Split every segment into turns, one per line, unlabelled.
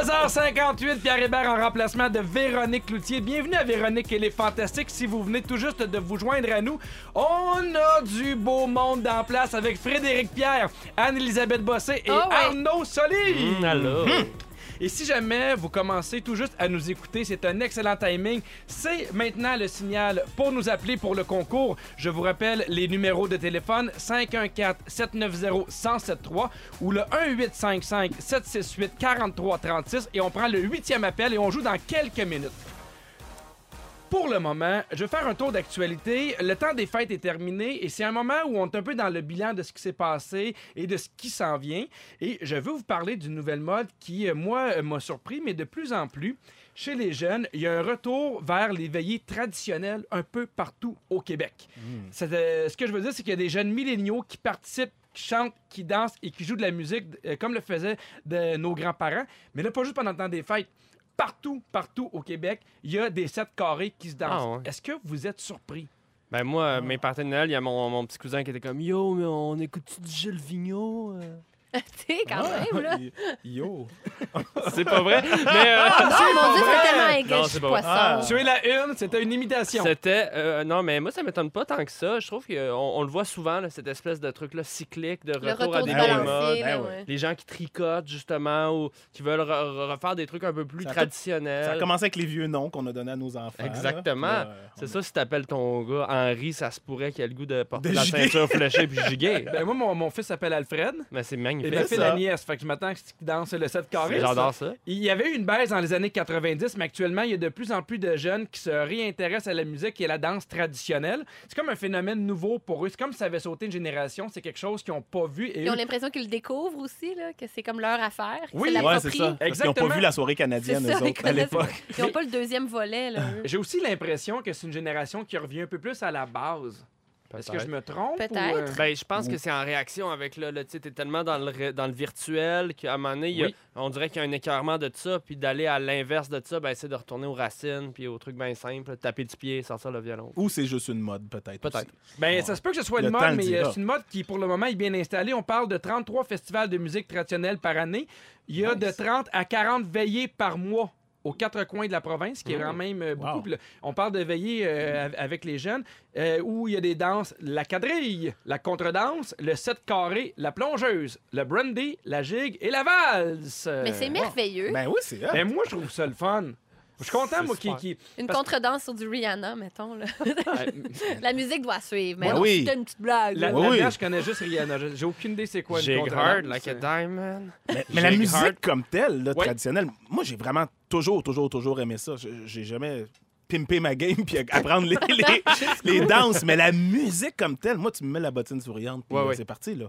16h58, Pierre Hébert en remplacement de Véronique Cloutier. Bienvenue à Véronique et les Fantastiques. Si vous venez tout juste de vous joindre à nous, on a du beau monde en place avec Frédéric Pierre, Anne-Elisabeth Bossé et
Oh ouais.
Arnaud Soli.
alors.
Et si jamais vous commencez tout juste à nous écouter, c'est un excellent timing. C'est maintenant le signal pour nous appeler pour le concours. Je vous rappelle les numéros de téléphone 514-790-1073 ou le 1855-768-4336 et on prend le huitième appel et on joue dans quelques minutes. Pour le moment, je vais faire un tour d'actualité. Le temps des fêtes est terminé et c'est un moment où on est un peu dans le bilan de ce qui s'est passé et de ce qui s'en vient. Et je veux vous parler d'une nouvelle mode qui, euh, moi, euh, m'a surpris, mais de plus en plus, chez les jeunes, il y a un retour vers les veillées traditionnelles un peu partout au Québec. C'est, euh, ce que je veux dire, c'est qu'il y a des jeunes milléniaux qui participent, qui chantent, qui dansent et qui jouent de la musique euh, comme le faisaient de nos grands-parents. Mais là, pas juste pendant le temps des fêtes. Partout, partout au Québec, il y a des sept carrés qui se dansent.
Ah ouais.
Est-ce que vous êtes surpris?
Ben moi, mes partenaires, il y a mon, mon petit cousin qui était comme Yo, mais on écoute-tu du Gilles Vigneault? euh?
tu sais, quand même, là.
Yo.
C'est pas vrai, mais euh,
Oh mon dieu, c'est tellement aigri,
Non,
je
c'est
suis
pas
poisson.
Ah.
Tu es la une, c'était une imitation.
c'était. euh, non, mais moi, ça m'étonne pas tant que ça. Je trouve qu'on on le voit souvent, là, cette espèce de truc-là cyclique de
Le
retour,
retour
à
du
des
Ben
vieilles
oui.
modes.
balancier,
Ben
là,
oui.
ouais.
Les gens qui tricotent, justement, ou qui veulent re- re- refaire des trucs un peu plus
Ça a tout-
traditionnels.
Ça a commencé avec les vieux noms qu'on a donnés à nos enfants. là.
Euh, Exactement.
Puis, euh,
C'est ça, si t'appelles ton gars Henri, ça se pourrait qu'il ait le goût de porter
De
la
giguer.
ceinture fléchée puis giguer.
Ben, moi, mon, mon fils s'appelle Alfred
Mais c'est
et
magnifique.
ma
C'est
fille,
ça.
la nièce. Fait que je m'attends à ce qu'ils dansent le sept carrés.
J'adore ça.
Il y avait eu une baisse dans les années 90, mais actuellement, il y a de plus en plus de jeunes qui se réintéressent à la musique et à la danse traditionnelle. C'est comme un phénomène nouveau pour eux. C'est comme si ça avait sauté une génération. C'est quelque chose qu'ils n'ont pas vu. Et
Ils ont
eux-
l'impression qu'ils le découvrent aussi, là, que c'est comme leur affaire. qu'ils
Oui,
se
Ouais,
l'approprient.
c'est ça. Parce qu'ils n'ont
Exactement.
pas vu la soirée
C'est
canadienne,
ça,
eux
ils
autres, à
connaissent-
l'époque. Euh,
Ils n'ont pas le deuxième volet, là. eux.
J'ai aussi l'impression que c'est une génération qui revient un peu plus à la base. Est-ce que je me trompe? ou, euh,
Peut-être.
Ben, je pense que c'est en réaction avec là, là, tu sais, t'es tellement dans le, ré- dans le virtuel qu'à un moment donné, il y a-
Oui.
on dirait qu'il y a un écœurement de ça, puis d'aller à l'inverse de ça, ben, c'est de retourner aux racines, puis aux trucs bien simples, taper du pied, sortir le violon.
Ou c'est juste une mode, peut-être.
Peut-être.
aussi.
Ben,
Ouais.
ça se peut que ce soit une
Le temps
mode,
le
mais
dira.
euh, c'est une mode qui, pour le moment, est bien installée. On parle de 33 festivals de musique traditionnelle par année. Il y a
Nice.
de 30 à 40 veillées par mois aux quatre coins de la province, ce qui est
Mm.
quand même euh,
Mmh. Wow.
beaucoup. Puis là, On parle de veillées euh, av- avec les jeunes, euh, où il y a des danses, la quadrille, la contredanse, le 7 carré, la plongeuse, le brandy, la gigue et la valse.
Mais c'est hein?
Euh,
merveilleux.
Ben oui, c'est hot.
ben, moi, je trouve ça le fun. Je suis content,
C'est
moi, qui...
super.
qui- euh,
Une
parce-
contredanse sur du Rihanna, mettons. Là. la musique doit suivre. Mais
Ben
non,
oui.
c'était une petite blague.
La,
là.
la
Oui.
bière, je connais juste Rihanna. J'ai j'ai aucune idée c'est quoi une
Jig hard
contredanse.
like a diamond.
Mais, mais la
Shake
musique
Heart.
comme telle, là,
Ouais.
traditionnelle, moi, j'ai vraiment toujours, toujours, toujours aimé ça. Je- J'ai jamais pimpé ma game puis apprendre les, les, les danses. Mais la musique comme telle, moi, tu me mets la bottine souriante, puis
Ouais,
là,
ouais.
c'est parti, là.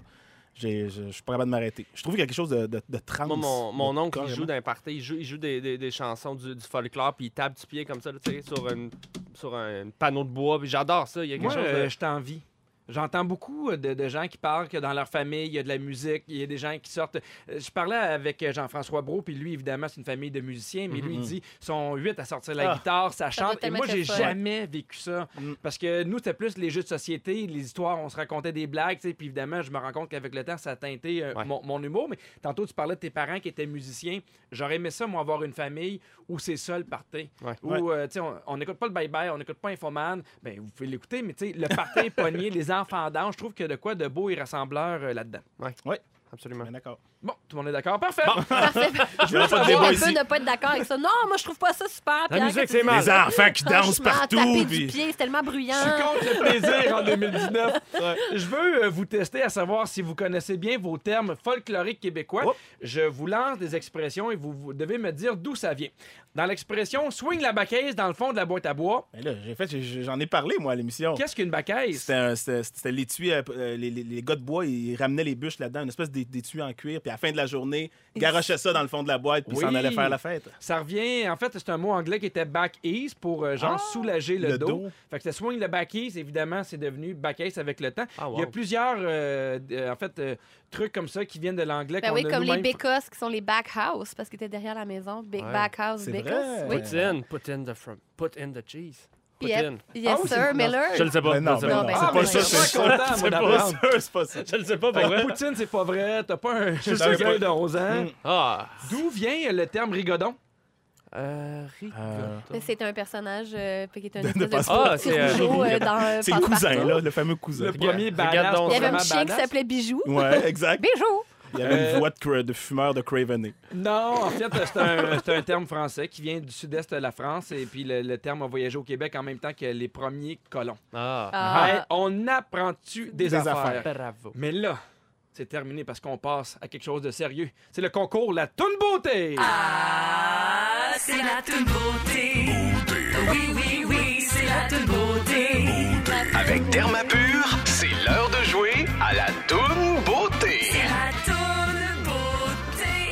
J'ai- Je je suis pas capable de m'arrêter. Je trouve quelque chose de, de, de trans.
Moi, mon, mon
de-
oncle, il
carrément.
joue dans un party, il joue, il joue des, des- des chansons du, du folklore, puis il tape du pied comme ça, là, tu sais, sur, une, sur un panneau de bois, puis j'adore ça. Il y a quelque
Moi,
chose de...
euh, je t'envie. J'entends beaucoup euh, de, de gens qui parlent que dans leur famille, il y a de la musique, il y a des gens qui sortent. Euh, Je parlais avec euh, Jean-François Brault, puis lui, évidemment, c'est une famille de musiciens, mais lui, il dit ils sont huit à sortir la
Ah.
guitare, ça
doit
chante. Et
tellement
moi,
être
j'ai
le fun.
jamais vécu ça.
Mm.
Parce que nous, c'était plus les jeux de société, les histoires, on se racontait des blagues, tu sais, puis évidemment, je me rends compte qu'avec le temps, ça a teinté euh,
Ouais.
mon, mon humour. Mais tantôt, tu parlais de tes parents qui étaient musiciens. J'aurais aimé ça, moi, avoir une famille où c'est ça le party.
Ouais.
Où, euh, tu sais, on- on n'écoute pas le bye-bye, on n'écoute pas Infoman. Ben, vous pouvez l'écouter, mais tu sais, le party pogné, les enfants d'ange, je trouve qu'il y a de quoi de beau et rassembleur euh, là-dedans.
Absolument.
Ben, D'accord.
Bon, tout le monde est d'accord? Parfait!
Je vais pas de
J'ai
débat
un
ici.
peu de pas être d'accord avec ça. Non, moi, je trouve pas ça super. Pierre,
musique,
que tu
c'est
dis-
mal.
Les enfants qui dansent
Franchement,
partout.
Taper du
puis-
pied, c'est tellement bruyant.
Je suis contre le plaisir en 2019. Je veux euh, vous tester à savoir si vous connaissez bien vos termes folkloriques québécois.
Oups.
Je vous lance des expressions et vous, vous devez me dire d'où ça vient. Dans l'expression swing la baquise dans le fond de la boîte à bois,
Ben là, j'ai fait, j'ai- j'en ai parlé, moi, à l'émission.
qu'est-ce qu'une baquise?
C'était Oh. un- C'était c'était l'étui, euh, euh, les, les- les gars de bois, ils ramenaient les bûches là-dedans, une espèce d'é- d'étui en cuir, puis à la fin de la journée, garochaient ça dans le fond de la boîte, puis
Oui.
ils s'en allaient faire la fête.
Ça revient, en fait, c'est un mot anglais qui était back ease pour euh, genre
Ah,
soulager le,
le
dos.
dos.
Fait que c'était swing le back ease, évidemment, c'est devenu back ease avec le temps.
Oh,
Ah, wow.
Il y a plusieurs euh, d- euh, en fait euh, trucs comme ça qui viennent de l'anglais
Ben
qu'on
oui,
a
comme les
nous-mêmes-
bécosses qui sont les back house parce qu'ils étaient derrière la maison. Big
Ouais.
back house,
C'est
bécosses.
vrai.
Oui.
Put in, put in the, from, put in the cheese.
Yep.
Poutine.
Yes,
Ah oui,
sir,
c'est-
Miller.
Je le sais pas.
Mais non,
je le sais
mais
non.
pas.
Ah,
c'est
mais
pas ça,
je suis
c'est
super
ça.
content,
C'est
moi,
pas
d'apprendre.
ça, c'est pas ça.
Je le sais pas, pour vrai.
Fait que Poutine, c'est pas vrai, t'as pas un
Je
t'as
sais
un
pas.
gars de 11 ans.
Mm.
Ah!
D'où vient le terme rigodon?
Euh, ricotta.
Euh,
Mais C'est un personnage euh, qui est un
De- de
espèce de,
Passepartout.
petit
Ah, c'est, euh,
rougeau, euh, dans euh,
C'est le cousin,
Passepartout.
là, le fameux cousin.
Le
Regarde-
premier
regarde
badass,
donc.
pas
Il y avait un
vraiment
chien qui
badass.
s'appelait Bijou.
Ouais, exact.
Bijou!
Il y avait
Euh,
une voix de, cra- de fumeur de Craveney.
Non, en fait, c'est un, c'est un terme français qui vient du sud-est de la France et puis le, le terme a voyagé au Québec en même temps que les premiers colons.
Ah!
Hey,
Ah,
on apprend-tu des,
Des
affaires?
affaires.
Bravo.
Mais là, c'est terminé parce qu'on passe à quelque chose de sérieux. C'est le concours La Toune Beauté!
Ah, c'est la toute beauté. Oui, oui, oui, c'est la toute beauté.
Avec Dermapur, c'est l'heure de jouer à la toune beauté.
La toute beauté.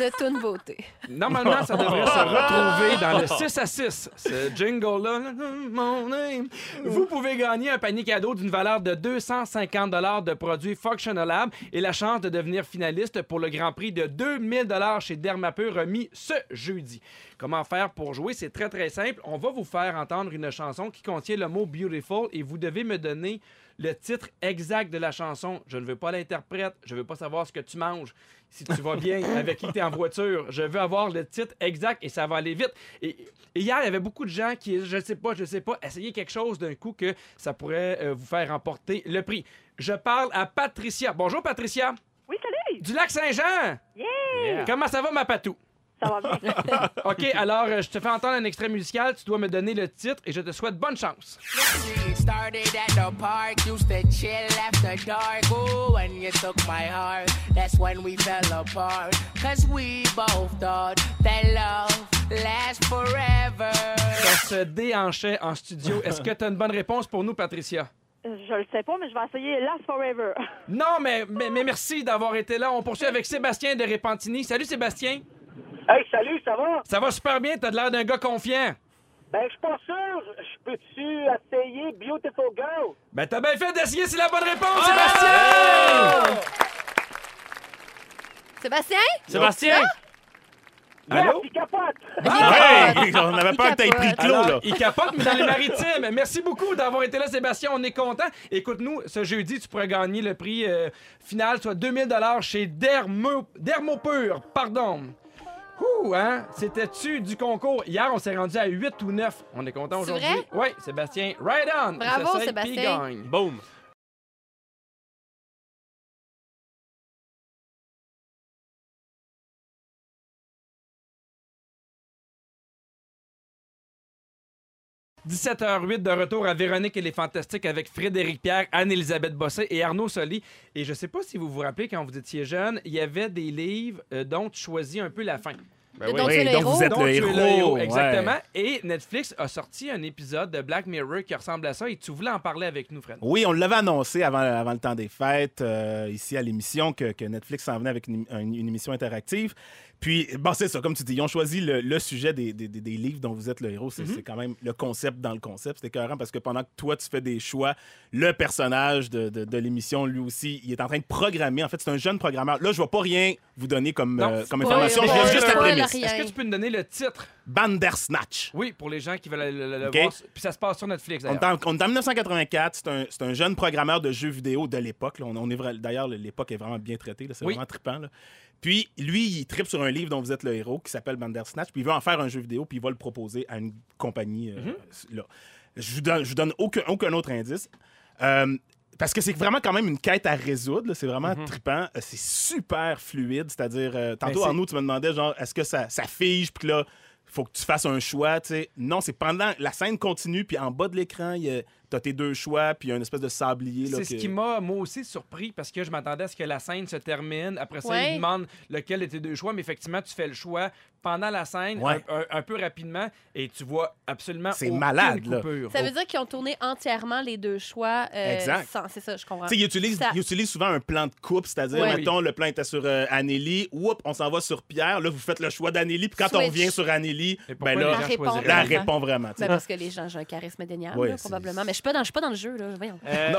de toute beauté.
Normalement, ça devrait se retrouver dans le 6 à 6. Ce jingle-là, là, mon name. Vous pouvez gagner un panier cadeau d'une valeur de 250 de produits Functional Lab et la chance de devenir finaliste pour le grand prix de 2000 chez Dermapur remis ce jeudi. Comment faire pour jouer? C'est très, très simple. On va vous faire entendre une chanson qui contient le mot beautiful et vous devez me donner le titre exact de la chanson. Je ne veux pas l'interprète. Je veux pas savoir ce que tu manges. Si tu vas bien, avec qui tu es en voiture. Je veux avoir le titre exact et ça va aller vite. Et, et hier, il y avait beaucoup de gens qui, je sais pas, je sais pas, essayer quelque chose d'un coup que ça pourrait euh, vous faire remporter le prix. Je parle à Patricia. Bonjour, Patricia.
Oui, salut!
Du lac Saint-Jean.
Yeah.
Comment ça va, ma patou?
Ça va bien.
OK, alors, euh, je te fais entendre un extrait musical. Tu dois me donner le titre et je te souhaite bonne chance.
Started at the park, used to chill after dark. Ooh, when you took my heart, that's when we fell apart. Cause we both thought that love lasts forever.
On se déhanchait en studio. Est-ce que tu as une bonne réponse pour nous, Patricia?
Je le sais pas, mais je vais essayer Last Forever.
Non, mais, mais, mais merci d'avoir été là. On poursuit avec Sébastien de Repentigny. Salut Sébastien.
Hey, salut, ça va?
Ça va super bien, t'as de l'air d'un gars confiant.
Ben, je suis pas sûr. Je peux-tu essayer Beautiful Girl?
Ben t'as bien fait d'essayer, c'est la bonne réponse,
Ah!
Sébastien!
Sébastien?
Sébastien!
Allô?
Il capote!
Ouais, on avait peur que t'aies
capote.
pris le clos, là.
Alors, Ah, il capote, mais dans les maritimes. Merci beaucoup d'avoir été là, Sébastien. On est content. Écoute-nous, ce jeudi, tu pourrais gagner le prix euh, final, soit 2000 chez Dermo... Dermopur. Pardon. Ouh, hein? C'était-tu du concours? Hier, on s'est rendu à 8 ou 9. On est content
C'est
aujourd'hui. Oui, Sébastien, right on! Il
Bravo,
s'essaye, puis il
Sébastien.
gagne.
Boom!
Bon, 17h08 de retour à Véronique et les Fantastiques avec Frédéric Pierre, Anne-Elisabeth Bossé et Arnaud Soli. Et je sais pas si vous vous rappelez, quand vous étiez jeune, il y avait des livres euh, dont tu choisis un peu la fin.
Ben
Donc,
Oui,
tu es le
donc
héros.
vous êtes
Donc,
le
tu es
héros. ouais.
Exactement. Et Netflix a sorti un épisode de Black Mirror qui ressemble à ça et tu voulais en parler avec nous, Fred.
Oui, on l'avait annoncé avant, avant le temps des fêtes, euh, ici à l'émission, que, que Netflix s'en venait avec une, une- une émission interactive. Puis, bon, c'est ça, comme tu dis, ils ont choisi le, le sujet des, des- des- des livres dont vous êtes le héros. C'est c'est quand même le concept dans le concept. C'est écœurant parce que pendant que toi, tu fais des choix, le personnage de, de- de l'émission, lui aussi, il est en train de programmer. En fait, c'est un jeune programmeur. Là, je ne vais pas rien vous donner comme,
Non,
euh, comme
Spoil,
information. Je
spoil,
vais juste la
spoil
prémisse.
rien.
Est-ce que tu peux nous donner le titre?
Bandersnatch.
Oui, pour les gens qui veulent le, le- le
OK.
voir. Puis ça se passe sur Netflix,
On
d'ailleurs.
est, en, on est en 1984, c'est un, c'est un jeune programmeur de jeux vidéo de l'époque. là. On, on est vra- D'ailleurs, l'époque est vraiment bien traitée, là. c'est
Oui.
vraiment trippant. là. Puis lui, il tripe sur un livre dont vous êtes le héros qui s'appelle Bandersnatch, puis il veut en faire un jeu vidéo, puis il va le proposer à une compagnie. euh, là. Je vous donne, je vous donne aucun, aucun autre indice. Euh, parce que c'est vraiment quand même une quête à résoudre. là. C'est vraiment
Mhm.
trippant. Euh, C'est super fluide. C'est-à-dire, euh, tantôt,
Ben, c'est-
Arnaud, tu me demandais, genre, est-ce que ça, ça fige, puis que là, faut que tu fasses un choix, tu sais. Non, c'est pendant... La scène continue, puis en bas de l'écran, il y a- t'as tes deux choix, puis il y a une espèce de sablier, là,
C'est ce
que-
qui m'a, moi aussi, surpris parce que je m'attendais à ce que la scène se termine. Après ça,
Ouais.
ils demandent lequel de tes deux choix, mais effectivement, tu fais le choix pendant la scène,
Ouais.
un, un- un peu rapidement, et tu vois absolument
C'est
aucune
malade, là.
coupure.
Ça veut dire qu'ils ont tourné entièrement les deux choix. euh,
Exact.
sans- C'est ça, je comprends.
Tu sais, il utilise,
Ça-
il utilise souvent un plan de coupe, c'est-à-dire,
Ouais.
mettons, le plan était sur euh, Anneli, oups, on s'en va sur Pierre, là, vous faites le choix d'Anneli, puis quand on
Switch.
revient sur Anneli,
Et pourquoi
ben
les
là,
gens
La réponse. Ben,
choisiraient?
là,
Vraiment.
répond vraiment, tu sais.
Ben, parce que les gens ont un charisme indéniable,
Ouais,
là,
c'est-
probablement. Mais je pas dans, je suis pas dans le jeu, là. Voyons.
Euh,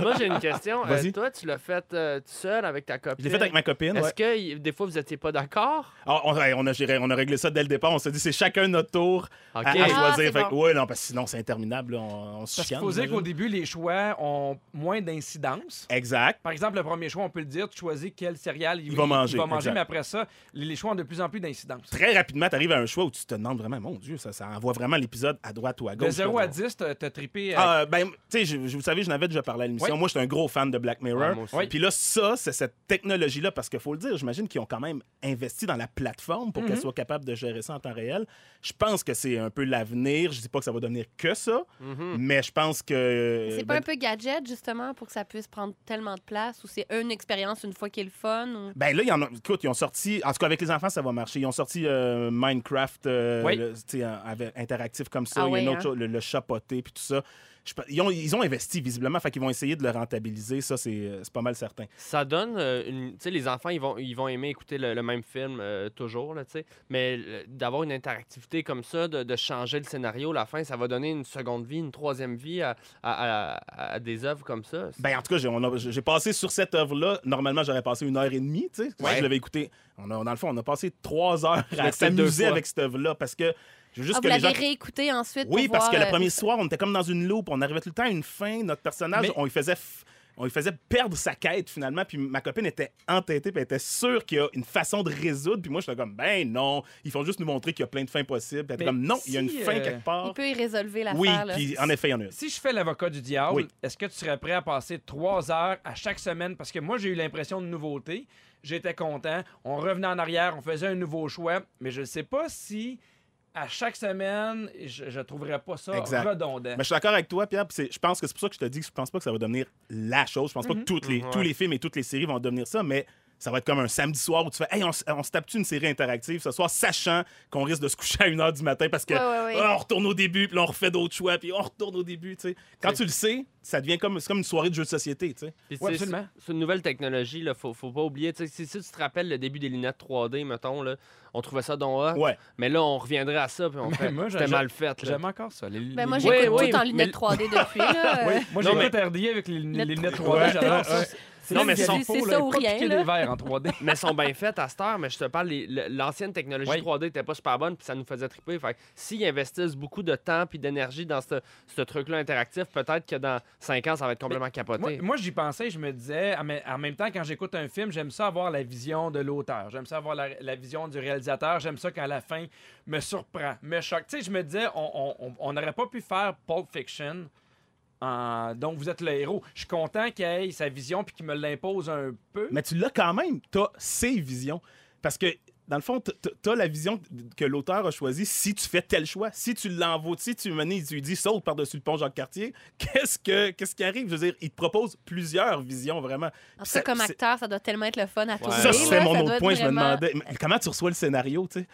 moi, j'ai une question. Euh,
Vas-y.
toi, tu l'as fait euh, tout seul avec ta copine.
Je l'ai fait avec ma copine.
Est-ce
ouais.
que y- des fois, vous n'étiez pas d'accord?
Ah, On, ouais, on a, géré- on a réglé ça dès le départ. On s'est dit, c'est chacun notre tour à-
OK.
à,
Ah,
choisir.
c'est
Fait que,
bon.
ouais, non, parce que sinon, c'est interminable. là, on, on
Parce
se
qu'il
chicane.
faut dire
j'imagine.
qu'au début, les choix ont moins d'incidence.
Exact.
Par exemple, le premier choix, on peut le dire, tu choisis quel céréale il,
Il va manger, exact.
mais après ça, les les choix ont de plus en plus d'incidence.
Très rapidement, tu arrives à un choix où tu te demandes vraiment, mon Dieu, ça, ça envoie vraiment l'épisode à droite ou à gauche.
De 0 à
là.
10, t'as t'as trippé. euh,
Ah, ben, tu sais, je, je- vous savez, je n'avais déjà parlé à l'émission.
Oui.
Moi, j'étais un gros fan de Black Mirror.
Ouais, Ah, moi aussi.
Oui.
Puis là, ça, c'est cette technologie-là, parce qu'il faut le dire, j'imagine qu'ils ont quand même investi dans la plateforme pour
Mhm.
qu'elle soit capable de gérer ça en temps réel. Je pense que c'est un peu l'avenir. Je dis pas que ça va devenir que ça,
Mhm.
mais je pense que. ben,
C'est pas un peu gadget, justement, pour que ça puisse prendre tellement de place, ou c'est une expérience une fois qui est le fun? Ou...
Ben là, ils en ont- écoute, ils ont sorti. En tout cas, avec les enfants, ça va marcher. Ils ont sorti euh, Minecraft euh,
Oui.
le- tu sais, euh, avec- interactif comme ça.
Ah
Il y a
ouais,
une autre
hein?
chose, le, le chapoté, puis tout ça. Je pe- ils, ont, ils ont investi visiblement, fait qu'ils vont essayer de le rentabiliser. Ça, c'est euh, c'est pas mal certain.
Ça donne euh, une. Tu sais, les enfants, ils vont, ils vont aimer écouter le, le même film euh, toujours, là, tu sais. Mais euh, d'avoir une interactivité comme ça, de, de changer le scénario, la fin, ça va donner une seconde vie, une troisième vie à, à- à- à des œuvres comme ça.
Ben, en tout cas, j'ai, on a- j'ai passé sur cette œuvre-là. Normalement, j'aurais passé une heure et demie, tu sais. Si
Ouais.
Je l'avais écouté. On a, dans le fond, on a passé trois heures à
écouté deux
s'amuser
fois.
avec cette œuvre-là parce que je veux juste
Ah, vous
que les
l'avez
gens.
réécouté ensuite
Oui,
pour
parce que
voir,
le
euh,
premier soir, on était comme dans une loupe. On arrivait tout le temps à une fin. Notre personnage,
Mais-
on lui faisait. f- On lui faisait perdre sa quête finalement, puis ma copine était entêtée, puis elle était sûre qu'il y a une façon de résoudre, puis moi j'étais comme ben non, ils font juste nous montrer qu'il y a plein de fins possibles, puis elle était
Mais
comme non, il y a une
si,
fin
euh,
quelque
Il
part.
peut y résolver
Oui,
l'affaire, là.
puis en effet il y en a une.
Si je fais l'avocat du diable,
Oui.
est-ce que tu serais prêt à passer trois heures à chaque semaine? Parce que moi, j'ai eu l'impression de nouveauté. J'étais content. On revenait en arrière, on faisait un nouveau choix. Mais je ne sais pas si à chaque semaine, je ne trouverais pas ça
Exact.
redondant.
Mais je suis d'accord avec toi, Pierre. puis c'est- Je pense que c'est pour ça que je te dis que je pense pas que ça va devenir la chose. Je pense pas
Mm-hmm.
que toutes les, tous les films et toutes les séries vont devenir ça, mais ça va être comme un samedi soir où tu fais Hey, on, s- on se tape-tu une série interactive ce soir, sachant qu'on risque de se coucher à 1h du matin parce que
Ouais, ouais, ouais.
ah, on retourne au début, puis là, on refait d'autres choix, puis on retourne au début. tu sais. Quand tu le sais, ça devient comme, c'est comme une soirée de jeu de société. tu sais.
Puis
Ouais,
c'est-
absolument.
C'est une nouvelle technologie, là, faut, faut pas oublier. Tu sais, Si, si tu te rappelles le début des lunettes 3D, mettons, là, on trouvait ça dans hot,
Ouais.
mais là, on reviendrait à ça, puis on
Mais
fait,
moi,
c'était
j'ai-
mal fait. là.
J'aime encore ça. Les-
Ben, moi,
les-
j'ai-
j'écoute
Oui, oui,
tout en
mais-
lunettes 3D depuis, là. euh,
Oui, moi,
Non,
j'écoute RDA avec les, les- les lunettes 3D.
Ouais.
j'adore ça.
Non, mais
C'est
sans-
faux,
c'est
là,
ça ou
pas
rien,
piquer
là.
des verres en 3D.
mais elles sont bien faites à cette heure, mais je te parle, les- le- l'ancienne technologie
Oui.
3D était pas super bonne, puis ça nous faisait triper. Fait que s'ils investissent beaucoup de temps puis d'énergie dans ce, ce truc-là interactif, peut-être que dans 5 ans, ça va être complètement capoté.
Moi, moi, j'y pensais, je me disais, en mê- en même temps, quand j'écoute un film, j'aime ça avoir la vision de l'auteur, j'aime ça avoir la, la vision du réalisateur, j'aime ça quand la fin me surprend, me choque. Tu sais, je me disais, on- on on- on n'aurait pas pu faire Pulp Fiction. en- donc, vous êtes le héros. Je suis content qu'il ait sa vision puis qu'il me l'impose un peu.
Mais tu l'as quand même. Tu as ses visions. Parce que, dans le fond, tu as la vision que l'auteur a choisie si tu fais tel choix. Si tu l'envoies, si tu menes, tu lui dis saute par-dessus le pont Jacques-Cartier, qu'est-ce, que, qu'est-ce qui arrive? Je veux dire, il te propose plusieurs visions, vraiment.
En tout
Ça,
cas, comme
c'est-
acteur, ça doit tellement être le fun à tourner.
Ça, c'était
là,
mon
ça doit
autre
être
point. Je me
vraiment-
demandais mais comment tu reçois le scénario, tu sais?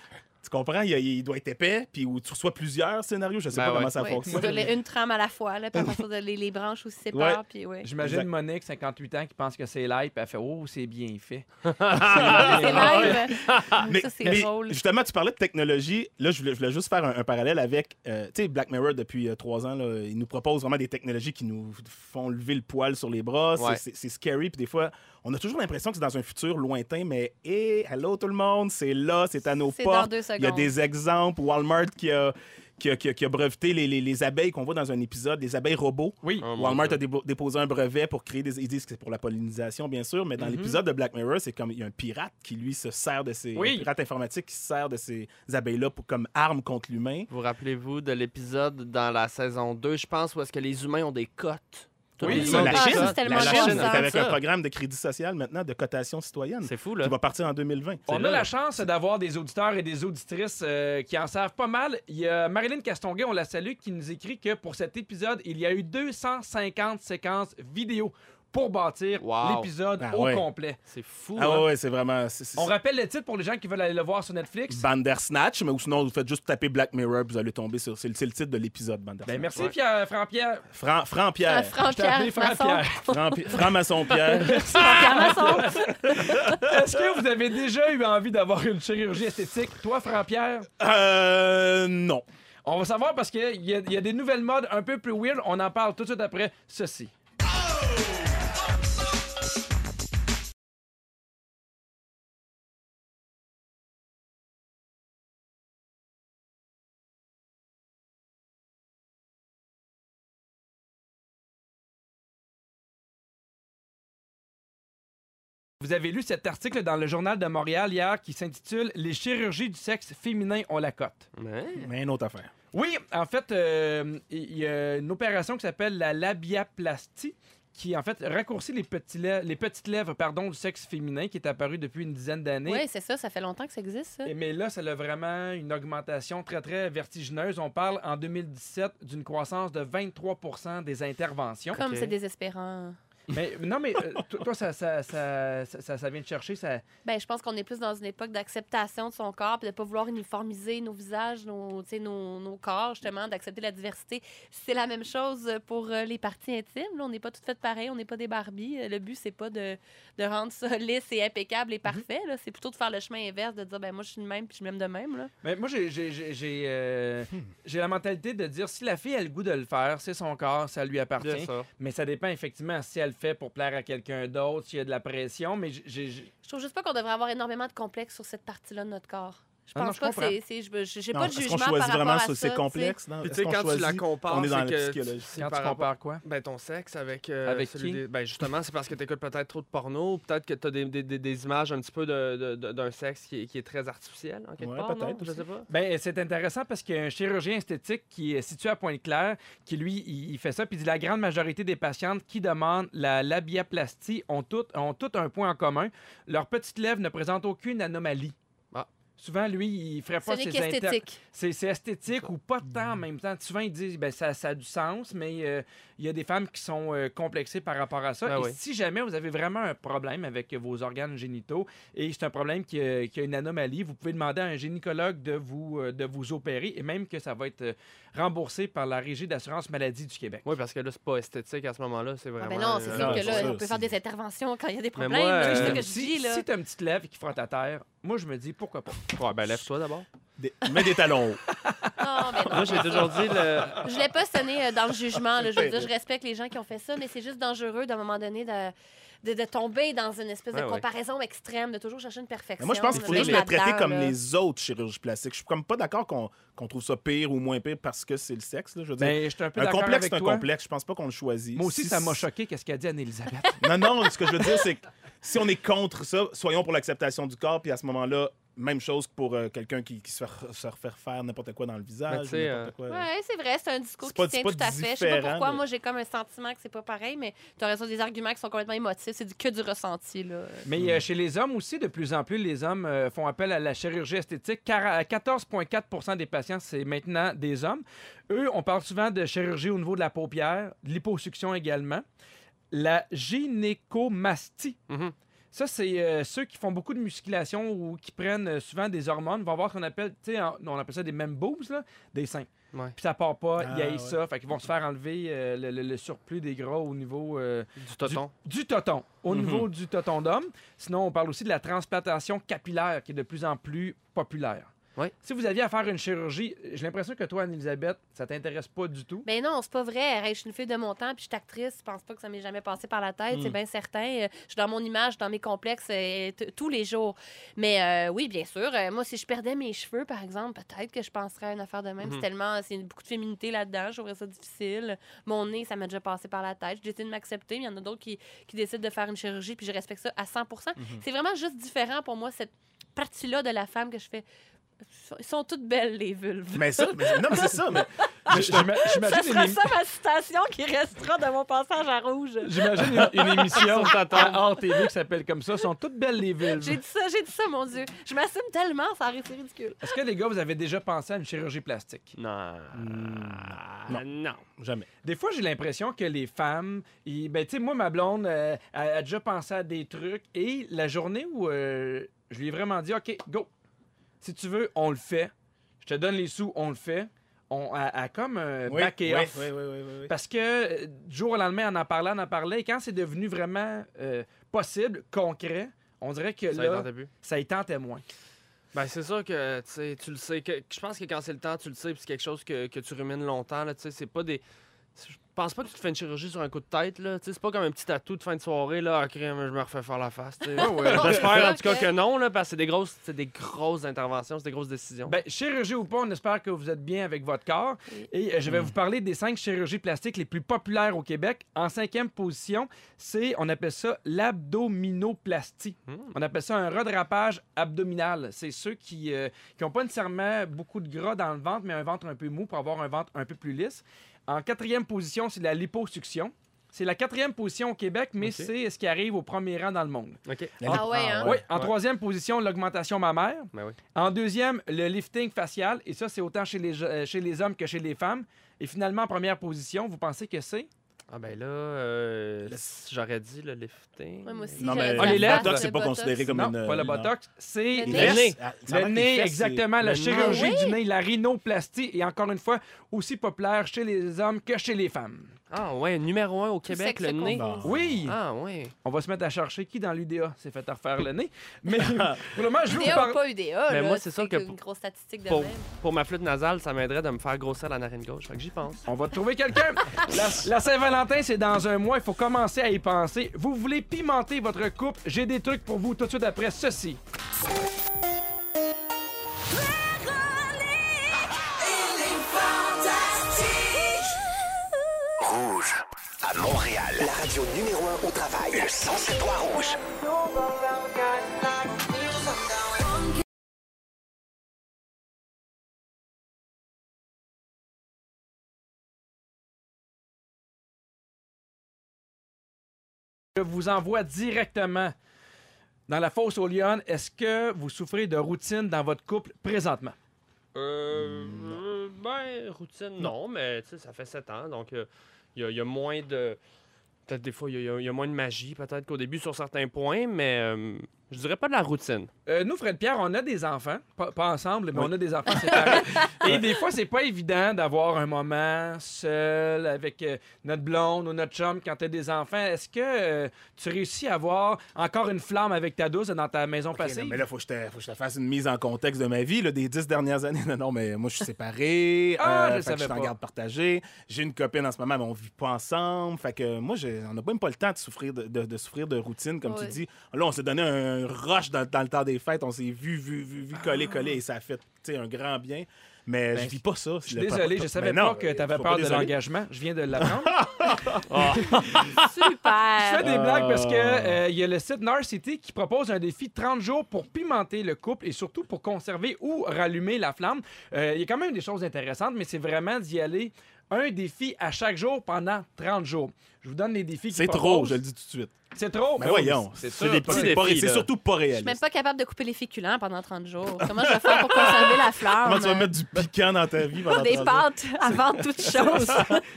Tu comprends? Il, y a- il doit être épais, puis où tu reçois plusieurs scénarios. Je sais
Ben
pas
ouais.
comment ça
Oui,
fonctionne.
tu dois les- une trame à la fois, là, puis à partir de les, les branches aussi séparent, puis ouais.
J'imagine
Exact.
Monique, 58 ans, qui pense que c'est live, puis elle fait Oh, c'est bien fait.
Ah, C'est live. Ah,
Mais,
ça, c'est
mais
drôle.
justement, tu parlais de technologie. Là, je voulais, je voulais juste faire un, un parallèle avec euh, tu sais, Black Mirror depuis euh, trois ans. Là, ils nous proposent vraiment des technologies qui nous font lever le poil sur les bras. C'est-
Ouais.
C'est c'est scary. Puis des fois, on a toujours l'impression que c'est dans un futur lointain, mais hé, allô tout le monde, c'est là, c'est à nos
C'est
portes.
dans deux
Il y a
secondes.
des exemples. Walmart qui a, qui a, qui a- qui a breveté les, les- les abeilles qu'on voit dans un épisode, les abeilles robots.
Oui.
Oh mon
Walmart
Dieu.
a dépo- déposé un brevet pour créer des. Ils disent que c'est pour la pollinisation, bien sûr,
Mm-hmm.
mais dans l'épisode de Black Mirror, c'est comme il y a un pirate qui, lui, se sert de ses.
Oui.
Un pirate informatique qui se sert de ces abeilles-là pour- comme arme contre l'humain.
Vous rappelez-vous de l'épisode dans la saison 2, je pense, où est-ce que les humains ont des cotes? Tout
Oui,
le
ils
monde
ont
a
des
des
cotes.
cotes.
Ah, ça, c'est tellement
la
bon,
Chine,
ça.
est avec
Ça.
un programme de crédit social maintenant, de cotation citoyenne,
C'est fou, là.
qui va partir en 2020.
On a
là,
la
là.
chance d'avoir des auditeurs et des auditrices euh, qui en savent pas mal. Il y a Marilyn Castonguay, on la salue, qui nous écrit que pour cet épisode, il y a eu 250 séquences vidéo pour bâtir
Wow.
l'épisode
Ah
au
ouais.
complet.
C'est fou,
Ah
hein?
ouais, ouais, c'est vraiment. c'est- c'est-
On rappelle le titre pour les gens qui veulent aller le voir sur Netflix.
Bandersnatch, mais ou sinon, vous faites juste taper Black Mirror, puis vous allez tomber sur. C'est le, c'est le titre de l'épisode, Bandersnatch.
Ben, merci, Pierre, Franck-Pierre.
Fran-
Ah,
Franc-Pierre.
Franck-Pierre, Masson.
Franc- Franc-maçon Pierre.
Franck-Pierre, Masson.
Est-ce que vous avez déjà eu envie d'avoir une chirurgie esthétique? Toi, Franck-Pierre?
Euh. Non.
On va savoir parce qu'il y, a- il y a des nouvelles modes un peu plus weird. On en parle tout de suite après ceci. Vous avez lu cet article dans le journal de Montréal hier qui s'intitule Les chirurgies du sexe féminin ont la cote.
Ouais.
Mais une autre affaire.
Oui, en fait, euh, il y a une opération qui s'appelle la labiaplastie qui en fait raccourcit les, petits lè- les petites lèvres pardon, du sexe féminin qui est apparue depuis une dizaine d'années.
Oui, c'est ça, ça fait longtemps que ça existe, ça.
Eh,
Et- Mais là, ça a vraiment une augmentation très, très vertigineuse. On parle en 2017 d'une croissance de 23 des interventions.
Comme
ok.
c'est désespérant.
Mais non, mais euh, to- toi, ça, ça, ça, ça- ça- ça vient te chercher. Ça...
Ben, je pense qu'on est plus dans une époque d'acceptation de son corps, puis de pas vouloir uniformiser nos visages, nos, tu sais, nos, nos corps, justement, d'accepter la diversité. C'est la même chose pour euh, les parties intimes. là. On n'est pas toutes faites pareil, on n'est pas des Barbies. Euh, Le but, c'est pas de, de rendre ça lisse et impeccable et
Mhm.
parfait. là. C'est plutôt de faire le chemin inverse, de dire, ben moi, je suis de même, puis je m'aime de même. Là.
Mais moi, j'ai j'ai- j'ai- j'ai, euh,
Hmm.
j'ai la mentalité de dire si la fille a le goût de le faire, c'est son corps, ça lui
Bien
appartient.
sûr.
Mais ça dépend effectivement si elle le fait pour plaire à quelqu'un d'autre, s'il y a de la pression. Mais j'ai- j'ai. j'ai-
Je trouve juste pas qu'on devrait avoir énormément de complexes sur cette partie-là de notre corps. Je
Ah
pense
non, je
pas
comprends.
que c'est- c'est. je- je- J'ai
Non,
pas de
Est-ce
jugement
qu'on
par
choisit
rapport
vraiment
à ça.
sur ces
tu sais.
complexes? non?
Puis tu
Est-ce
sais,
qu'on
quand tu la
choisit?
compares,
on est dans
c'est
la
que
psychologie.
c'est
Quand
par
tu
rapport-
compares quoi?
Ben, ton sexe avec. euh,
Avec
celui
qui?
des- Ben, justement, c'est parce que t'écoutes peut-être trop de porno, peut-être que t'as des, des, des- des images un petit peu de- de- de- d'un sexe qui est, qui est très artificiel, en quelque
Ouais,
part. non?
peut-être
Je sais pas.
Ben, c'est intéressant parce qu'il y a un chirurgien esthétique qui est situé à Pointe-Claire, qui lui, il, il fait ça, puis il dit la grande majorité des patientes qui demandent la labiaplastie ont toutes ont toutes un point en commun. Leurs petites lèvres ne présentent aucune anomalie.
Ah.
Souvent, lui, il ferait
Ce
pas
n'est
ses inter-
qu'esthétique.
C'est c'est esthétique ou pas de temps en même temps. Souvent, ils disent ben ça, ça a du sens, mais euh, il y a des femmes qui sont euh, complexées par rapport à ça.
Ah
Ben
et
oui.
si jamais vous avez vraiment un problème avec vos organes génitaux et c'est un problème qui, euh, qui a une anomalie, vous pouvez demander à un gynécologue de vous, euh, de vous opérer et même que ça va être euh, remboursé par la Régie d'assurance maladie du Québec.
Oui, parce que là, c'est pas esthétique à ce moment-là, c'est
Ah
vraiment.
ben non, c'est
euh,
sûr
non,
que
c'est
là,
sûr,
on peut
c'est-
faire des interventions quand il y a des
Mais
problèmes.
moi,
là, c'est
euh,
ce que je
si
dis, là.
si t'as une petite lèvre qui frotte à terre, moi je me dis pourquoi pas.
Ouais, ben, lève-toi d'abord.
Des- Mets des talons hauts.
Non, ben non.
Moi, j'ai toujours dit le.
Je l'ai pas sonné euh, dans le jugement. là. Je
Ben,
veux dire, je respecte les gens qui ont fait ça, mais c'est juste dangereux d'un moment donné de, de, de tomber dans une espèce
Ouais,
de
ouais.
comparaison extrême, de toujours chercher une
Mais
perfection.
moi, je pense qu'il
de
faudrait
dire,
les traiter
là-dedans,
comme
là.
les autres chirurgies plastiques. Je suis comme pas d'accord qu'on qu'on trouve ça pire ou moins pire parce que c'est le sexe. là. Je veux dire,
Ben, je suis un peu
un
d'accord
complexe,
avec
c'est un
toi.
complexe. Je pense pas qu'on le choisit.
Moi aussi,
Si-
ça m'a choqué qu'est-ce qu'a dit Anne-Elisabeth.
Non, non, ce que je veux dire, c'est que si on est contre ça, soyons pour l'acceptation du corps, puis à ce moment-là, même chose que pour euh, quelqu'un qui, qui se, fait, se refaire faire n'importe quoi dans le
Mais
visage.
tu sais,
ou
euh,
n'importe quoi.
Ouais, c'est vrai, c'est un discours
C'est
qui
pas-
tient
c'est pas
tout à fait. Je sais pas
différent
pourquoi,
de-
moi, j'ai comme un sentiment que c'est pas pareil, mais tu as raison, des arguments qui sont complètement émotifs, c'est du- que du ressenti, là.
Mais euh, chez les hommes aussi, de plus en plus, les hommes euh, font appel à la chirurgie esthétique, euh, car à 14,4 des patients, c'est maintenant des hommes. Eux, on parle souvent de chirurgie au niveau de la paupière, de l'hyposuction également, la gynécomastie.
Mhm.
Ça, c'est euh, ceux qui font beaucoup de musculation ou qui prennent euh, souvent des hormones, vont avoir ce qu'on appelle, tu sais, en- on appelle ça des mêmes boobs, là, des seins.
Ouais.
Puis ça part pas,
Ah,
il y a
ouais.
ça, fait qu'ils vont se faire enlever euh, le, le- le surplus des gras au niveau euh,
Du toton.
du, du toton. Au
Mhm.
niveau du toton d'homme. Sinon, on parle aussi de la transplantation capillaire qui est de plus en plus populaire.
Oui.
Si vous aviez à faire une chirurgie, j'ai l'impression que toi, Anne-Elisabeth, ça t'intéresse pas du tout.
Ben non, c'est pas vrai. Hey, je suis une fille de mon temps, puis je suis actrice. Je pense pas que ça m'est jamais passé par la tête, c'est bien certain. Euh, Je suis dans mon image, dans mes complexes euh, t- tous les jours. Mais euh, oui, bien sûr. euh, moi, si je perdais mes cheveux, par exemple, peut-être que je penserais à une affaire de même.
Mhm.
C'est tellement, c'est une- beaucoup de féminité là-dedans. Je trouverais ça difficile. Mon nez, ça m'a déjà passé par la tête. J'ai décidé de m'accepter, mais il y en a d'autres qui, qui décident de faire une chirurgie, puis je respecte ça à 100 C'est vraiment juste différent pour moi, cette partie-là de la femme que je fais. Ils sont toutes belles, les vulves.
Mais ça, mais- non, mais c'est ça. Mais,
J'ima-
Bah,
Ça
J'imagine
sera
une, émi-
ça ma citation qui restera de mon passage à rouge.
j'imagine une- une émission à RTV qui s'appelle comme ça. sont toutes belles les villes.
J'ai dit ça, j'ai dit ça, mon Dieu. Je m'assume tellement, ça arrive, c'est ridicule.
Est-ce que les gars, vous avez déjà pensé à une chirurgie plastique?
Non. Non.
jamais.
Des fois, j'ai l'impression que les femmes, ils- ben, tu sais, moi, ma blonde, euh, elle a déjà pensé à des trucs. Et la journée où euh, je lui ai vraiment dit, OK, go, si tu veux, on le fait. Je te donne les sous, on le fait. On a, comme un
Oui,
back et
oui,
off.
oui, oui, oui, oui, oui.
Parce que euh, du jour au lendemain, on en parlait, on en parlait. Et quand c'est devenu vraiment euh, possible, concret, on dirait que
Ça, il
là,
tentait plus.
ça y tentait moins.
Ben, c'est sûr que tu sais, tu le sais. que- que Je pense que quand c'est le temps, tu le sais, puis c'est quelque chose que, que tu rumines longtemps. Là, tu sais, c'est pas des. Je pense pas que tu te fais une chirurgie sur un coup de tête. Là. Tu sais, C'est pas comme un petit tatou de fin de soirée. Là, ah, crème, je me refais faire la face. tu sais. J'espère en tout cas que non, là, parce que c'est des, grosses, c'est des grosses interventions, c'est des grosses décisions.
Ben, chirurgie ou pas, on espère que vous êtes bien avec votre corps. Et euh, je vais vous parler des cinq chirurgies plastiques les plus populaires au Québec. En cinquième position, c'est, on appelle ça l'abdominoplastie.
Hmm.
On appelle ça un redrapage abdominal. C'est ceux qui n'ont pas nécessairement beaucoup de gras dans le ventre, mais un ventre un peu mou pour avoir un ventre un peu plus lisse. En quatrième position, c'est la liposuction. C'est la quatrième position au Québec, mais
Ok.
c'est ce qui arrive au premier rang dans le monde.
OK.
Ah ouais, hein?
Oui, en
Ouais.
troisième position, l'augmentation mammaire.
Ben oui.
En deuxième, le lifting facial. Et ça, c'est autant chez les, je- euh, chez les hommes que chez les femmes. Et finalement, en première position, vous pensez que c'est?
Ah, ben là, euh,
Le-
j'aurais dit le lifting.
Ouais, moi aussi,
Non,
j'aurais
mais
dit
Ah, les
la
lèvres,
face,
doc,
le
c'est pas
botox.
considéré comme
non,
une. euh,
pas le
non.
botox. C'est
Le nez.
Les
le
fesses,
nez.
ah, ça a
Le
l'air que les
nez,
fesses, c'est-
exactement. La
le nez.
chirurgie
Ah oui?
du nez, la rhinoplastie. Et encore une fois, aussi populaire chez les hommes que chez les femmes.
Ah, ouais, numéro un au Québec,
sexe
le nez.
Bon.
Oui!
Ah, ouais.
On va se mettre à chercher qui dans l'UDA s'est fait refaire le nez. Mais
Ah.
pour le moment, je veux vous
UDA
parler...
ou pas UDA,
Mais
Ben,
là,
moi, c'est sûr que
une
pour-
grosse statistique de
Pour,
même.
pour ma flûte nasale, ça m'aiderait de me faire grossir la narine gauche. Fait que j'y pense.
On va trouver quelqu'un. La, la Saint-Valentin, c'est dans un mois. Il faut commencer à y penser. Vous voulez pimenter votre couple? J'ai des trucs pour vous tout de suite après ceci.
Rouge. À Montréal. La radio numéro 1 au travail. Le 1073 Rouge.
Je vous envoie directement dans la fosse aux lions. Est-ce que vous souffrez de routine dans votre couple présentement?
Euh, euh, ben, routine, non, mais tu sais, ça fait 7 ans, donc euh, il y, a- il y a moins de. Peut-être des fois, il y a- il y, a- il y a moins de magie, peut-être qu'au début sur certains points, mais euh, je dirais pas de la routine.
Euh, nous, Fred Pierre, on a des enfants. Pas, pas ensemble, mais on a des enfants séparés. Et des fois, c'est pas évident d'avoir un moment seul avec euh, notre blonde ou notre chum quand t'as des enfants. Est-ce que euh, tu réussis à avoir encore une flamme avec ta douce dans ta maison
Ok,
passée?
non, mais là, faut que, je te, faut que je te fasse une mise en contexte de ma vie là, des dix dernières années. Non, non, mais moi, je suis séparé. euh,
Ah, je
fait que
savais
Je suis en
pas.
garde partagée. J'ai une copine en ce moment, mais on vit pas ensemble. Fait que moi, j'ai- on n'a même pas le temps de souffrir de, de- de souffrir de routine, comme
Ouais.
tu dis. Là, on s'est donné un rush dans, dans le temps des fêtes. On s'est vu, vu, vu, vu, collé,
Ah.
collé, et ça a fait tu sais, un grand bien. Mais je vis pas ça.
Ben, Je suis désolé, je savais pas que t'avais peur de l'engagement. Je viens de l'apprendre. Je fais
Super!
des
Ah.
blagues parce que euh, il y a le site Narcity qui propose un défi de 30 jours pour pimenter le couple et surtout pour conserver ou rallumer la flamme. Euh, Il y a quand même des choses intéressantes, mais c'est vraiment d'y aller un défi à chaque jour pendant 30 jours. Je vous donne les défis qu'ils
C'est trop,
proposent.
je le dis tout de suite.
C'est trop.
Mais voyons,
Oh, C'est
c'est
sûr.
des petits
défis,
pas-
là.
C'est surtout pas
Je suis même
réaliste.
pas capable de couper les féculents pendant 30 jours. Comment je vais faire pour conserver la flamme?
Comment tu vas mettre du
hein.
piquant dans ta vie pendant
des
30 jours?
pâtes avant toute chose.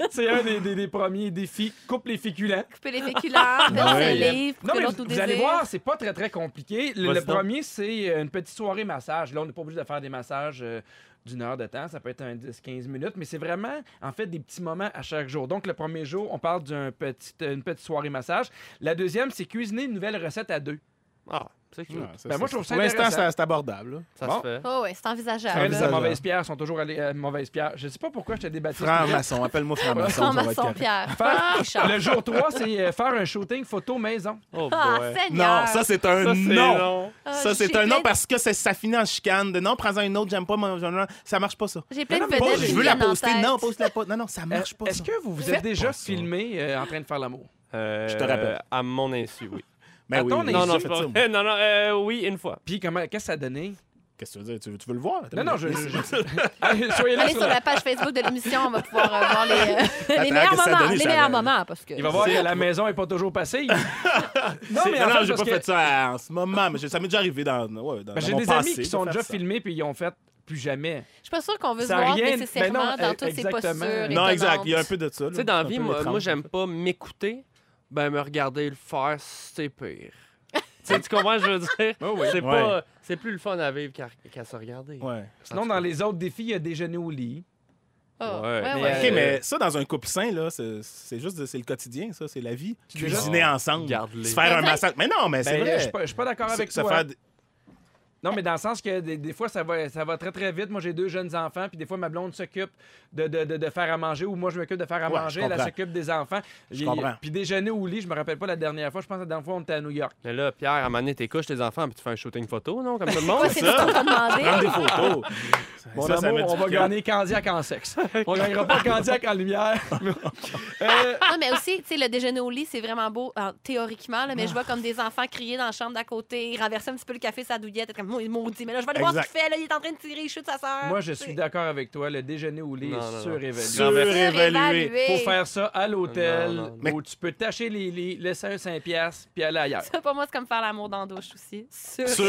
C'est un des, des- des premiers défis. Coupe les féculents.
Couper les féculents,
Ah
faire
ouais.
ses livres pour
Non,
que
mais
l'autre
vous,
nous
vous allez
désire.
voir, c'est pas très, très compliqué. Le,
Vas-y
le
donc.
premier, c'est euh, une petite soirée massage. Là, on n'est pas obligé de faire des massages euh, d'une heure de temps. Ça peut être un 10-15 minutes, mais c'est vraiment, en fait, des petits moments à chaque jour. Donc, le premier jour, on parle d'une petite, une petite soirée massage. La deuxième, c'est cuisiner une nouvelle recette à deux.
Ah, c'est cute.
Ouais, ça,
Ben, moi,
ça,
je trouve ça
Pour l'instant,
intéressant.
ça- c'est abordable. là.
Ça
Bon.
se fait.
Oh, ouais, c'est
Fred,
envisageable.
la
bizarre.
mauvaise pierre sont toujours allés à mauvaise pierre. Je sais pas pourquoi je te débattu.
Franc-maçon, appelle-moi franc-maçon. ça va être
Franc-maçon,
correct.
Pierre. Ah,
Faire-
Richard.
le jour 3, c'est euh, faire un shooting photo maison.
Oh,
Ah,
boy.
Seigneur!
Non, ça c'est un Euh, non.
Ah,
Ça c'est
j'ai
un
plein
non
de-
parce que c'est- ça finit en chicane. De non, prends-en une autre, j'aime pas mon genre. Ça marche pas ça.
J'ai plein
Non,
de
mais
vedettes
pas-
qui
je
me
veux la
viennent en
poster.
tête.
Non, poste la pas. Non, non, ça marche pas.
Euh, Est-ce
ça.
que vous vous êtes
Faites
déjà
pas ça.
filmé euh, en train de faire l'amour?
Euh,
Je te rappelle.
À mon insu, oui.
Ben oui,
Attends,
oui,
les
non,
j'ai
non,
fait
pas-
ça, moi.
non, non, euh, oui, une fois.
Puis comment, qu'est-ce que ça a donné?
Qu'est-ce que tu veux dire? Tu veux, tu veux le voir?
Non, non, je. je- je- Allez, soyez là
Allez
sur
sur
la-
la page Facebook de l'émission, on va pouvoir euh, voir les, euh, les
Attends,
meilleurs
que ça a
moments.
donné,
les
ça
meilleurs
avait-
moments, parce que...
Il va voir que la maison est pas toujours passée. non,
C'est-
mais
non,
en
non,
fait,
j'ai
parce
pas
que
fait ça en ce moment, mais j'ai- ça m'est déjà arrivé dans, ouais,
ben,
dans, dans
j'ai
mon
des
passé
amis qui
de
sont
faire
déjà
ça.
filmés puis ils ont fait plus jamais.
Je suis pas sûre qu'on veut se
Ça a
voir
rien-
nécessairement
ben non, euh,
dans toutes ses
exactement.
postures.
eh, Non, exact. Il y a un
étonnantes.
peu de ça.
Tu sais, dans la vie, moi, moi, j'aime pas m'écouter, ben me regarder le faire, c'est pire. tu sais, tu comprends, je veux dire? C'est pas- c'est plus le fun à vivre qu'à qu'à se regarder.
Ouais.
Sinon, dans les autres défis, il y a déjeuner au lit.
Ah,
Ouais,
ouais,
mais-
ouais.
OK,
Euh,
mais ça, dans un couple sain, là, c'est c'est juste de- c'est le quotidien, ça, c'est la vie. Cuisiner
déjà-
ensemble,
Garde-les.
se faire un
Exact.
massage. Mais non, mais c'est
Ben,
vrai.
je suis pas, je suis pas d'accord
Se-
avec
se
toi.
faire d-
Non, mais dans le sens que des, des fois, ça va, ça va très, très vite. Moi, j'ai deux jeunes enfants, puis des fois, ma blonde s'occupe de, de, de- de faire à manger ou moi, je m'occupe de faire à
Ouais,
manger.
je
Elle
comprends.
s'occupe des enfants.
Je
Puis-
comprends.
Puis déjeuner au lit, je me rappelle pas la dernière fois. Je pense que la dernière fois, on était à New York.
Mais là, Pierre, à un moment donné, t'écoutes tes enfants, puis tu fais un shooting photo, non? Comme tout le monde,
Moi, c'est tout ce qu'on t'a
Prendre
demandé.
des photos.
Mon
Ça, ça
amour,
met du
on va
piquant.
gagner Candiac en sexe. On gagnera pas Candiac en lumière. Euh,
Non, mais aussi, tu sais, le déjeuner au lit, c'est vraiment beau, euh, théoriquement, là, mais je vois comme des enfants crier dans la chambre d'à côté, renverser un petit peu le café sa douillette, être comme Mau- maudit. Mais là, je vais aller voir ce
Exact.
qu'il fait, là, il est en train de tirer, il chute sa sœur.
moi, je suis d'accord avec toi. Le déjeuner au lit
Non, non,
est
non.
surévalué.
Surévalué.
Surévalué.
Faut faire ça à l'hôtel
Non, non,
où
non.
tu peux tâcher les lits, laisser un 5 piastres, puis aller ailleurs.
Ça, pour moi, c'est comme faire l'amour dans la douche aussi.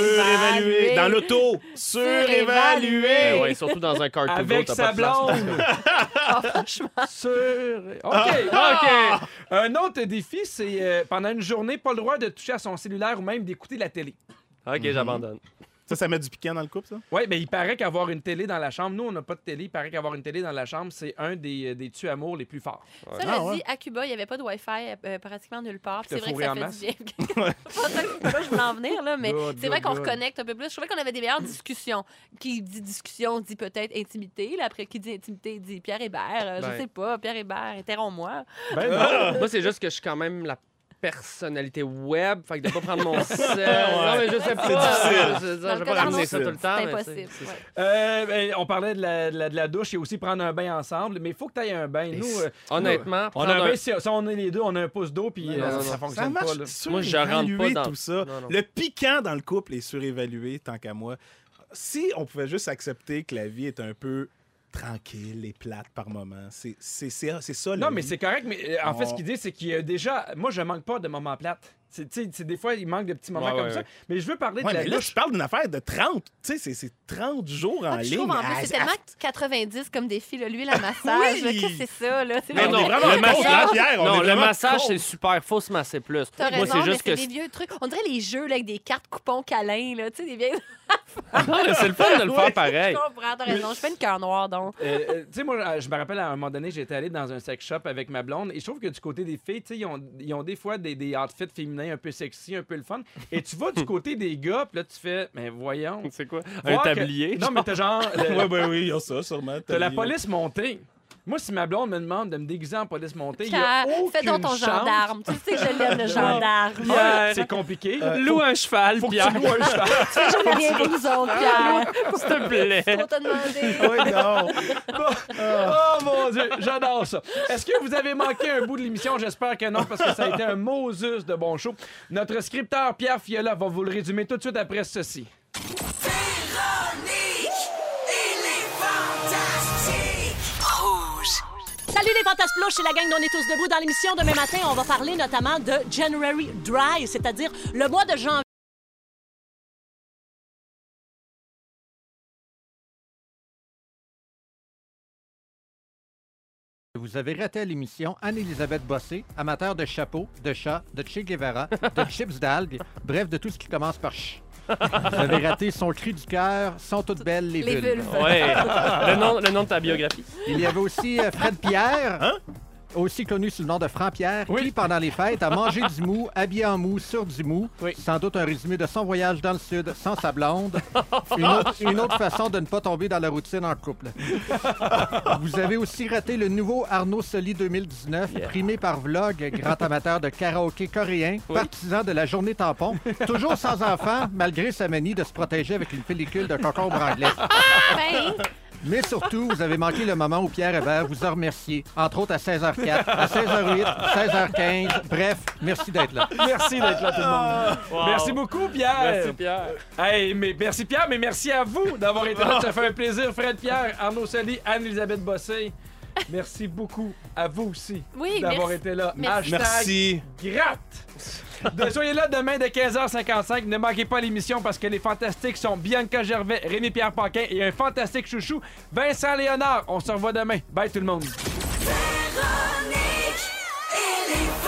Surévalué. Dans l'auto.
Surévalué.
Surévalué.
Ben ouais, surtout dans un cartoon.
Avec
t'as pas
sa
de place.
blonde!
Ah, franchement.
Sur... OK,
Ah.
OK. Un autre défi, c'est euh, pendant une journée, pas le droit de toucher à son cellulaire ou même d'écouter la télé.
Ok,
Mhm.
j'abandonne.
Ça, ça met du piquant dans le couple, ça?
Oui, mais ben, il paraît qu'avoir une télé dans la chambre, nous, on n'a pas de télé, il paraît qu'avoir une télé dans la chambre, c'est un des, euh, des tue-amours les plus forts.
Ça,
Ah,
je
ouais.
dit, à Cuba, il n'y avait pas de Wi-Fi euh, pratiquement nulle part. puis
hein. Puis
C'est vrai que
t'as
ça
fourré
fait du bien. C'est pas ça que- pas je voulais en venir, là, mais
Good,
Ben, c'est vrai
good,
qu'on
good.
reconnecte un peu plus. Je trouvais qu'on avait des meilleures discussions. Qui dit discussion dit peut-être intimité. Là, après, qui dit intimité dit Pierre Hébert. euh,
Ben.
Je sais pas, Pierre Hébert, interromps-moi.
Ben
Ah!
Moi, c'est juste que je suis quand même la personnalité web, fait que de pas prendre mon sel. Non, mais je sais pas.
difficile.
Je veux dire,
Dans
je
le
vais
cas
pas ramener ça
d'Arnaud,
tout le
Ah, ben, C'est
temps. mais
impossible.
c'est-
ouais.
Euh, ben, on parlait de la, de la- de la douche et aussi prendre un bain ensemble, mais il faut que tu ailles un bain. Nous, euh,
Honnêtement,
on
prendre
a un
un-
bain, si, si on est les deux, on a un pouce d'eau, puis
non,
euh,
non,
ça
non.
fonctionne pas. là.
Moi, je rentre pas
Surévaluer
dans-
tout ça.
Non, non.
Le piquant dans le couple est surévalué, tant qu'à moi. Si on pouvait juste accepter que la vie est un peu tranquille et plate par moment, c'est c'est- c'est- c'est ça. la
Non, mais
vie.
c'est correct, mais euh, en fait,
On-
ce qu'il dit, c'est qu'il y a déjà. Moi, je manque pas de moments plates. C'est, tu sais, c'est- des fois, il manque de petits moments
Ouais,
comme
ouais,
ça.
ouais.
Mais je veux parler
Ouais,
de la
mais là,
douche.
je parle d'une affaire de 30. Tu sais, c'est- c'est 30 jours en
Ah, puis
ligne.
je trouve en plus,
à-
c'est
à-
tellement 90 comme défi. Là. Lui, la massage, là,
Oui.
qu'est-ce que c'est ça? Là? C'est
Mais
Non,
on
vraiment-
est
non,
vraiment
le
contre,
massage-
hein, Pierre, on est
Non, le
vraiment
massage,
contre.
c'est super. Faut se masser plus.
T'as
Moi,
raison,
c'est
mais
juste
c'est
que.
des vieux trucs. On dirait les jeux là, avec des cartes coupons câlins, là, tu sais, des vieilles...
Non, mais c'est le fun de le faire pareil.
Je comprends, t'as raison. Je fais une cœur noir, donc.
Euh, euh, tu sais, moi, euh, je me rappelle à un moment donné, j'étais allé dans un sex shop avec ma blonde et je trouve que du côté des filles, tu sais, ils ont, ils ont des fois des, des outfits féminins un peu sexy, un peu le fun. Et tu vas du côté des gars, puis là, tu fais, mais voyons.
C'est quoi? Un
Voir que-
tablier?
Non, mais t'as genre. le-
Ouais, ben oui, il y a ça, sûrement.
T'as la
dit-
police montée. Moi, si ma blonde me demande de me déguiser en police montée, il y a
Pierre,
aucune
fais donc ton
chance.
gendarme. Tu sais que je l'aime, le gendarme.
Un, C'est compliqué.
Loue un cheval,
Euh, Faut que
Pierre.
tu loues un cheval.
Tu sais que j'en ai rien pour nous autres, Pierre.
S'il te plaît.
Trop te demander.
Oui, non.
Oh mon Dieu, j'adore ça. Est-ce que vous avez manqué un bout de l'émission? J'espère que non, parce que ça a été un Moses de bon show. Notre scripteur Pierre Fiola va vous le résumer tout de suite après ceci.
Salut les fantasploches, c'est la gang d'On est tous debout. Dans l'émission demain matin, on va parler notamment de January Dry, c'est-à-dire le mois de janvier.
Vous avez raté à l'émission Anne-Élisabeth Bossé, amateur de chapeaux, de chats, de Che Guevara, de chips d'algues, bref, de tout ce qui commence par ch. Vous avez raté son cri du cœur, sont toutes belles les,
Les
vulves.
vulves.
Ouais. Le nom, le nom de ta biographie.
Il y avait aussi euh, Fred Pierre. Aussi connu sous le nom de Franc-Pierre, qui, pendant les fêtes, a mangé du mou, habillé en mou, sur du mou. Sans doute un résumé de son voyage dans le Sud, sans sa blonde. Une autre, une autre façon de ne pas tomber dans la routine en couple. Vous avez aussi raté le nouveau Arnaud Soli 2019, primé par Vlog, grand amateur de karaoké coréen, partisan de la journée tampon, toujours sans enfant, malgré sa manie de se protéger avec une pellicule de concombre anglais.
Ben,
Mais surtout, vous avez manqué le moment où Pierre Hébert vous a remercié, entre autres à 16h04, à 16h08, 16h15. Bref, merci d'être là.
Merci d'être là, tout le monde. Merci beaucoup, Pierre.
Euh,
Merci, Pierre.
Hey, mais merci, Pierre, mais merci à vous d'avoir été là. Ça fait un plaisir, Fred Pierre, Arnaud Soli, Anne-Elisabeth Bossé. Merci beaucoup à vous aussi
Oui,
d'avoir
merci.
été là.
Merci.
Hashtag
Merci.
gratte. De- soyez là demain dès 15h55. Ne manquez pas l'émission parce que les fantastiques sont Bianca Gervais, Rémi-Pierre Paquin et un fantastique chouchou, Vincent Léonard. On se revoit demain. Bye tout le monde.
Véronique et les